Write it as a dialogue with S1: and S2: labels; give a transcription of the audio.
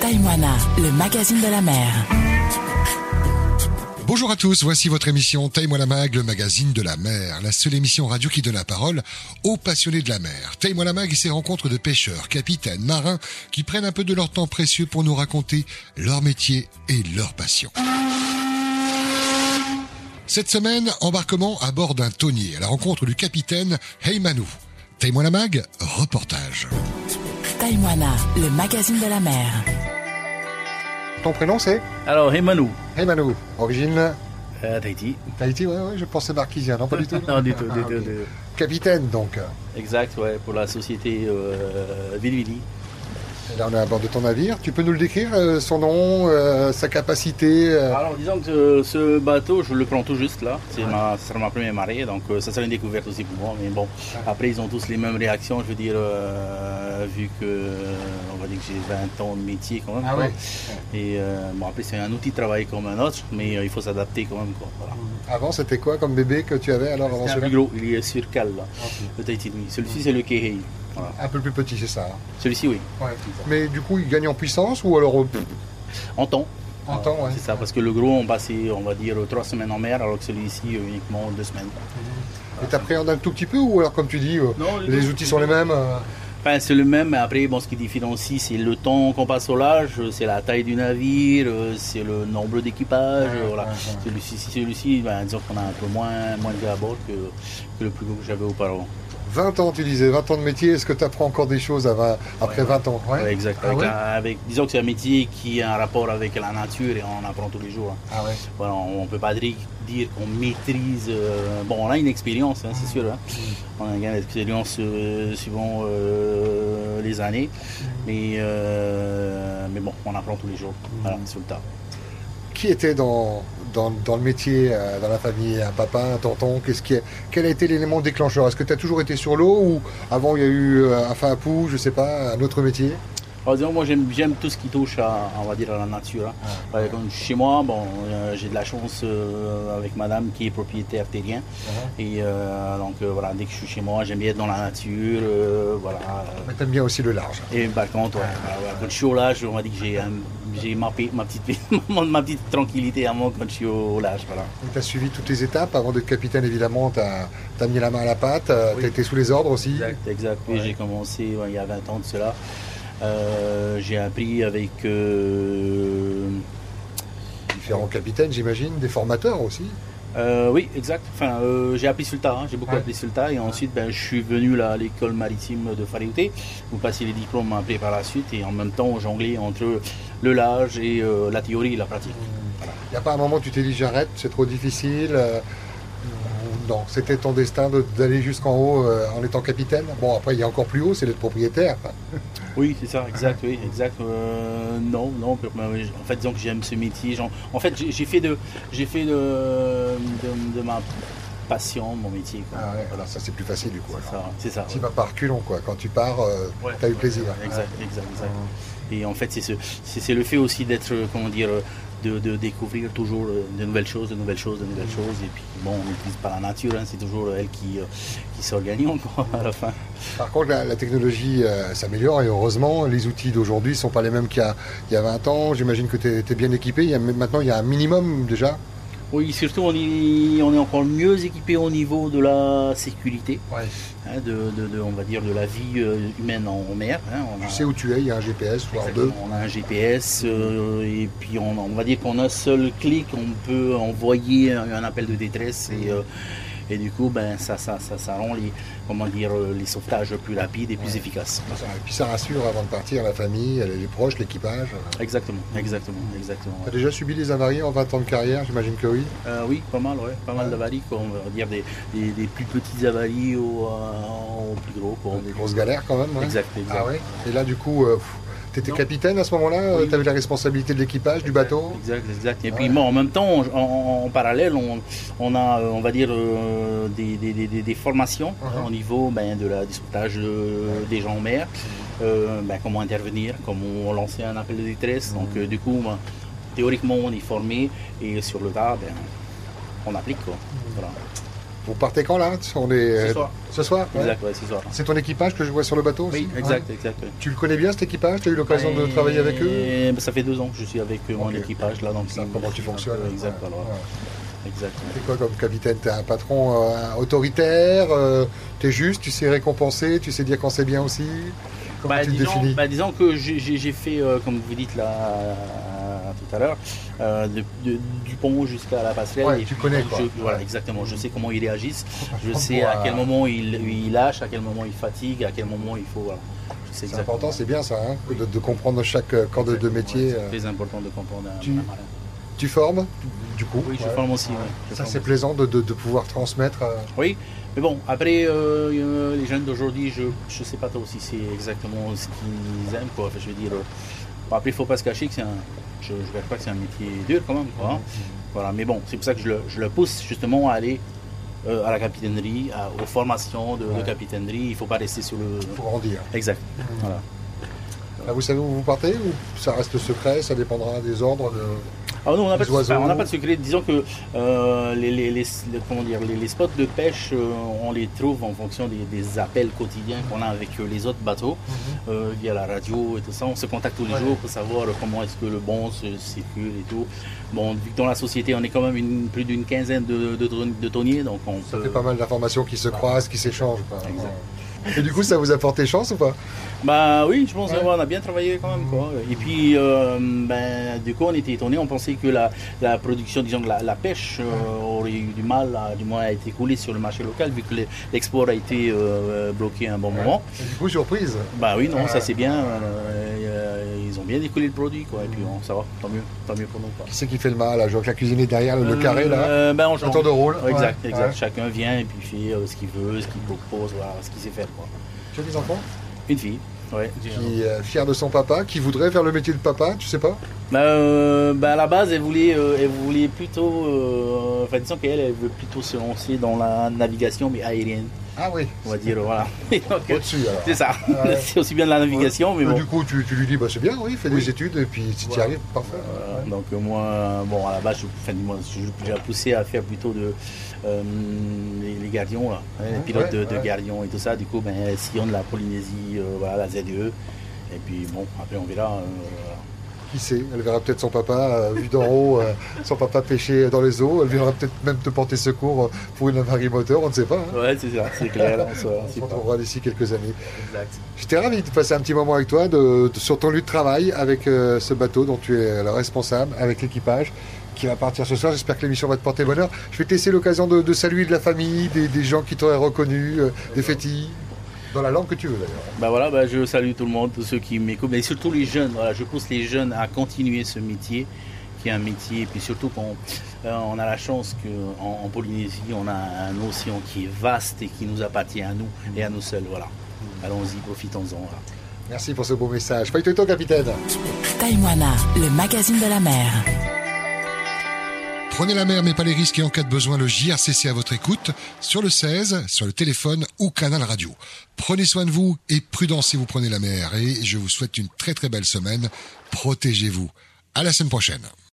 S1: Taïwana, le magazine de la mer.
S2: Bonjour à tous, voici votre émission Taille-moi la mag, le magazine de la mer, la seule émission radio qui donne la parole aux passionnés de la mer. Taille-moi la mag et ses rencontres de pêcheurs, capitaines, marins qui prennent un peu de leur temps précieux pour nous raconter leur métier et leur passion. Cette semaine, embarquement à bord d'un tonnier à la rencontre du capitaine Heymanou. Taille-moi la mag, reportage.
S1: Taïwana, le magazine de la mer.
S2: Ton prénom c'est
S3: Alors, Hemanou,
S2: Heymanou, origine
S3: euh, Tahiti.
S2: Tahiti, ouais, ouais, je pensais marquisien, non pas du tout.
S3: non, du tout, du
S2: Ah,
S3: tout,
S2: ok.
S3: du tout.
S2: Capitaine donc.
S3: Exact, ouais, pour la société euh, Villeville.
S2: Là, on est à bord de ton navire. Tu peux nous le décrire, euh, son nom, euh, sa capacité euh,
S3: Alors, disons que euh, ce bateau, je le prends tout juste là. C'est ma, ce sera ma première marée, donc euh, ça sera une découverte aussi pour moi. Mais bon, après, ils ont tous les mêmes réactions, je veux dire, euh, vu que euh, on va dire que j'ai 20 ans de métier quand même.
S2: Ah
S3: quoi.
S2: ouais.
S3: Et euh, bon, après, c'est un outil de travail comme un autre, mais euh, il faut s'adapter quand même. Quoi, voilà.
S2: Avant, c'était quoi comme bébé que tu avais alors avant
S3: C'est un
S2: celui
S3: plus gros, il est sur cale là, le Tahiti Nui. Celui-ci, c'est le Kehei. Voilà.
S2: Un peu plus petit, c'est ça. hein.
S3: Celui-ci, oui.
S2: Mais du coup, il gagne en puissance ou alors euh, pff,
S3: En temps.
S2: en temps ouais.
S3: Ah, C'est ça, parce que le gros, on passait, on va dire, trois semaines en mer, alors que celui-ci, euh, uniquement deux semaines.
S2: Et t'appréhendes un tout petit peu ou alors, comme tu dis, euh,
S3: Non,
S2: les outils sont les mêmes euh,
S3: Enfin, c'est le même, mais après, bon, ce qui différencie, c'est le temps qu'on passe au large, euh, c'est la taille du navire, euh, c'est le nombre d'équipages. euh, voilà. Celui-ci, celui-ci ben, disons qu'on a un peu moins, moins de gars à bord que, que le plus gros que j'avais auparavant.
S2: 20 ans, tu disais, 20 ans de métier, est-ce que tu apprends encore des choses à vingt- après 20 ans ouais
S3: Ouais, exact.
S2: Ah
S3: Avec
S2: ouais
S3: un- avec- disons que c'est un métier qui a un rapport avec la nature et on apprend tous les jours. hein.
S2: Ah ouais.
S3: Voilà, on ne peut pas dire, dire qu'on maîtrise. euh, bon, on a une expérience, hein, c'est sûr. hein. On a une expérience euh, suivant euh, les années. Mais, euh, mais bon, on apprend tous les jours. Voilà, sur le tas.
S2: Qui était dans, dans, dans le métier, euh, dans la famille Un papa, un tonton Qu'est-ce qui est- Quel a été l'élément déclencheur Est-ce que tu as toujours été sur l'eau ou avant il y a eu euh, un fin à pou, je sais pas, un autre métier
S3: Alors, disons, moi, j'aime, j'aime tout ce qui touche à, on va dire, à la nature. hein. Par exemple, chez moi, bon, euh, j'ai de la chance euh, avec madame qui est propriétaire terrien. Et euh, donc, euh, voilà, dès que je suis chez moi, j'aime bien être dans la nature. euh, voilà.
S2: Mais t'aimes bien aussi le large.
S3: Et par contre, ouais, Ah ouais, ouais, quand je suis au large, on m'a dit que j'ai, un- j'ai ma, paix- ma, petite, ma petite tranquillité à moi quand je suis au, au large. Voilà.
S2: Tu as suivi toutes les étapes. Avant d'être capitaine, évidemment, tu as, mis la main à la pâte. euh,
S3: Oui.
S2: T'as été sous les ordres aussi.
S3: Exact, exact. Oui, j'ai commencé ouais, il y a 20 ans de cela. Euh, j'ai appris avec. euh,
S2: Différents capitaines, j'imagine. Des formateurs aussi.
S3: euh, oui, exact. Enfin, euh, j'ai appris sur le tas. hein. J'ai beaucoup
S2: Ouais.
S3: appris sur le tas. Et ensuite, ben, je suis venu là, à l'école maritime de Fariouté. Vous passez les diplômes après par la suite. Et en même temps, on jonglait entre le large et euh, la théorie et la pratique.
S2: Il n'y a pas un moment où tu t'es dit j'arrête, c'est trop difficile euh, ou Non, c'était ton destin de- d'aller jusqu'en haut euh, en étant capitaine. Bon, après, il y a encore plus haut, c'est d'être propriétaire.
S3: Oui, c'est ça, exact, oui, exact. Euh, non, non, peut- bah, oui, en fait, disons que j'aime ce métier. j'en- En fait, j'ai j'ai fait de, j'ai fait de, de, de ma passion mon métier. quoi.
S2: Ah ouais, voilà, ça c'est plus facile du coup.
S3: C'est
S2: Alors.
S3: ça, c'est ça.
S2: Tu
S3: ouais.
S2: vas pas reculons quoi. Quand tu pars, tu
S3: Ouais,
S2: t'as eu plaisir.
S3: Exact, exact, exact. Et en fait, c'est ce- c'est c'est le fait aussi d'être, euh, comment dire, euh, de, de découvrir toujours euh, de nouvelles choses, de nouvelles choses, de nouvelles choses. Et puis, bon, on n'utilise pas la nature, hein, c'est toujours elle qui, euh, qui sort gagnant quoi, à la fin.
S2: Par contre, la, la technologie euh, s'améliore et heureusement, les outils d'aujourd'hui sont pas les mêmes qu'il y a, il y a 20 ans. J'imagine que tu es, bien équipé. Il y a- maintenant, il y a un minimum déjà.
S3: Oui, surtout, on, y- on est encore mieux équipé au niveau de la sécurité. hein, de, de- de- on va dire de la vie euh, humaine en mer. hein. on, a,
S2: Tu sais où tu es, il y a un GPS, voire deux.
S3: on a un GPS euh, et puis on, on va dire qu'on a un seul clic, on peut envoyer un, un appel de détresse et, euh, et du coup ben ça ça, ça, ça rend les comment dire euh, les sauvetages plus rapides et plus efficaces.
S2: Et puis ça rassure avant de partir la famille, les les proches, l'équipage.
S3: Exactement, exactement, exactement.
S2: Tu as déjà subi des avaries en 20 ans de carrière, j'imagine que oui.
S3: Euh, oui, pas mal, ouais, pas mal d'avaries, quoi, on va dire des, des- des plus petites avaries aux, euh, aux plus gros. quoi.
S2: Des grosses galères quand même. ouais.
S3: Exact, exact.
S2: Ah ouais Et là, du coup, tu étais
S3: Non.
S2: capitaine à ce moment-là
S3: Oui.
S2: Tu avais la responsabilité de l'équipage, du bateau
S3: Exact, exact. Et
S2: Ah
S3: puis
S2: ouais.
S3: bon, en même temps, on- en, en parallèle, on, on a, euh, on va dire, euh, des, des- des- des- des formations
S2: Uh-huh.
S3: hein, au niveau ben, de la, du sauvetage de- des gens en mer,
S2: Mm-hmm.
S3: Euh, ben, comment intervenir, comment lancer un appel de détresse. Donc
S2: Mm-hmm.
S3: euh, du coup, ben,
S2: Mm-hmm.
S3: théoriquement, on est formé et sur le tas, ben, on applique. Quoi. Voilà.
S2: Vous partez quand là On est euh,
S3: Ce soir.
S2: Ce soir ouais.
S3: Exact, ouais, ce soir.
S2: C'est ton équipage que je vois sur le bateau aussi
S3: Oui,
S2: Ouais.
S3: exact, exact. ouais.
S2: Tu le connais bien cet équipage Tu as eu l'occasion de
S3: Et-
S2: travailler avec eux
S3: et, ben, Ça fait deux ans que je suis avec euh, mon
S2: Ok.
S3: équipage là, donc
S2: Ça, comment tu
S3: un peu
S2: fonctionnes
S3: Exact,
S2: ouais.
S3: alors,
S2: Ouais.
S3: exact.
S2: T'es quoi comme capitaine T'es un patron euh, autoritaire euh, T'es juste Tu sais récompenser Tu sais dire quand c'est bien aussi Comment
S3: Bah,
S2: tu te
S3: disons,
S2: définis
S3: bah, disons que j'ai- j'ai j'ai fait, euh, comme vous dites là euh, tout à l'heure, euh, de- de- du pont jusqu'à la passerelle.
S2: Ouais,
S3: et
S2: tu
S3: puis,
S2: connais,
S3: je-
S2: quoi.
S3: Voilà, exactement. Je sais comment ils réagissent. Je
S2: Franchement,
S3: sais à
S2: euh,
S3: quel moment ils ils lâchent, à quel moment ils fatiguent, à quel moment il faut. Voilà. Je sais
S2: C'est
S3: exactement.
S2: important, c'est bien ça, hein, de, de comprendre chaque euh, corps de, de
S3: Exactement,
S2: métier.
S3: ouais,
S2: euh.
S3: C'est très important de comprendre. un-
S2: tu-
S3: un marin.
S2: Tu formes, du coup
S3: Oui, je
S2: ouais.
S3: forme aussi. ouais, je
S2: Ça,
S3: forme
S2: c'est
S3: aussi.
S2: plaisant de, de- de pouvoir transmettre. euh,
S3: Oui, mais bon, après, euh, euh, les jeunes d'aujourd'hui, je ne sais pas trop si c'est exactement ce qu'ils aiment, quoi. Enfin, je veux dire, euh, bon, après, il faut pas se cacher que c'est un... Je ne cache pas que c'est un métier dur, quand même, quoi. hein. Voilà, mais bon, c'est pour ça que je le, je le pousse, justement, à aller euh, à la capitainerie, à- aux formations de, de
S2: Ouais.
S3: capitainerie. Il ne faut pas rester sur le...
S2: pour grandir.
S3: Exact, voilà.
S2: Là, vous savez où vous partez ou ça reste secret Ça dépendra des ordres de...
S3: Ah non, on n'a
S2: Les
S3: pas, de- enfin, on n'a
S2: oiseaux.
S3: pas de secret. Disons que euh, les, les, les- les- comment dire, les, les spots de pêche, euh, on les trouve en fonction des, des appels quotidiens qu'on a avec euh, les autres bateaux, euh, via la radio et tout ça. On se contacte tous les
S2: Mhm. Ouais.
S3: jours pour savoir euh, comment est-ce que le bon se circule et tout. Bon, vu que dans la société, on est quand même une- plus d'une quinzaine de, de, ton- de tonniers, donc on
S2: Ça
S3: peut-
S2: fait pas mal d'informations qui se croisent, qui s'échangent. quoi.
S3: Exact.
S2: Et du coup, ça vous a porté chance ou pas
S3: Bah oui, je pense
S2: Ouais.
S3: qu'on a bien travaillé quand même. Quoi. Et puis, euh, ben, du coup, on était étonnés. On pensait que la, la production, disons que la, la pêche euh, aurait eu du mal, à, du moins a été coulée sur le marché local, vu que les- l'export a été euh, bloqué un bon moment.
S2: Et Du coup, surprise.
S3: Bah oui, non,
S2: Ouais.
S3: ça c'est bien. euh, et, euh, ils ont bien découlé le produit, quoi. Et puis, bon, ça va, tant mieux, tant mieux pour nous. Quoi.
S2: Qui c'est qui fait le mal là Je vois que la cuisine est derrière le carré là.
S3: Euh, ben, on
S2: Un tour de rôle.
S3: Exact,
S2: Ouais.
S3: exact.
S2: Ouais.
S3: Chacun vient et puis fait euh, ce qu'il veut, ce qu'il propose, voilà, ce qu'il sait faire. Quoi.
S2: Tu as des enfants
S3: Une fille, ouais. j'ai un-
S2: Qui est euh, fier de son papa, qui voudrait faire le métier de papa, tu sais pas
S3: Bah, euh, bah, à la base, elle voulait, euh, elle voulait plutôt. euh, enfin, disons qu'elle, elle veut plutôt se lancer dans la navigation, mais aérienne,
S2: Ah oui.
S3: on va dire, voilà. Donc, euh,
S2: Au-dessus alors.
S3: c'est ça,
S2: Ouais.
S3: c'est aussi bien de la navigation, mais
S2: Mais
S3: bon.
S2: Du coup, tu, tu lui dis, bah, c'est bien, oui, fais
S3: Oui.
S2: des études, et puis si tu y
S3: Voilà.
S2: arrives, parfait.
S3: Euh, donc, euh, moi, euh, bon, à la base, je, enfin, du moins, je- je la poussais à faire plutôt de. euh, les, les gardions, là, hein, les
S2: Ouais,
S3: pilotes de,
S2: ouais,
S3: de
S2: ouais.
S3: gardions et tout ça. Du coup, ben, elle sillonne la Polynésie, euh, voilà, la ZE. Et puis, bon, après, on verra. euh, voilà.
S2: Qui sait, elle verra peut-être son papa, euh, vu d'en haut, euh, son papa pêcher dans les eaux, elle viendra peut-être même te porter secours euh, pour une avarie moteur, on ne sait pas. hein.
S3: Ouais, c'est ça, c'est clair, on se- on
S2: On
S3: sait
S2: se
S3: pas.
S2: retrouvera d'ici quelques années.
S3: Exact.
S2: J'étais ravi de passer un petit moment avec toi de, de- sur ton lieu de travail avec euh, ce bateau dont tu es le responsable, avec l'équipage qui va partir ce soir. J'espère que l'émission va te porter bonheur. Je vais te laisser l'occasion de, de saluer de la famille, des, des gens qui t'auraient reconnu, euh, des fétis, dans la langue que tu veux d'ailleurs.
S3: Bah voilà, bah je salue tout le monde, tous ceux qui m'écoutent, mais surtout les jeunes. Voilà, je pousse les jeunes à continuer ce métier, qui est un métier, et puis surtout qu'on euh, on a la chance qu'en en, en Polynésie, on a un océan qui est vaste et qui nous appartient à nous et à nous seuls. Voilà. Allons-y, profitons-en. voilà.
S2: Merci pour ce beau message. Faites toi, capitaine.
S1: Taïwana, le magazine de la mer.
S2: Prenez la mer mais pas les risques et en cas de besoin, le JRCC à votre écoute, sur le 16, sur le téléphone ou canal radio. Prenez soin de vous et prudence si vous prenez la mer et je vous souhaite une très très belle semaine. Protégez-vous. À la semaine prochaine.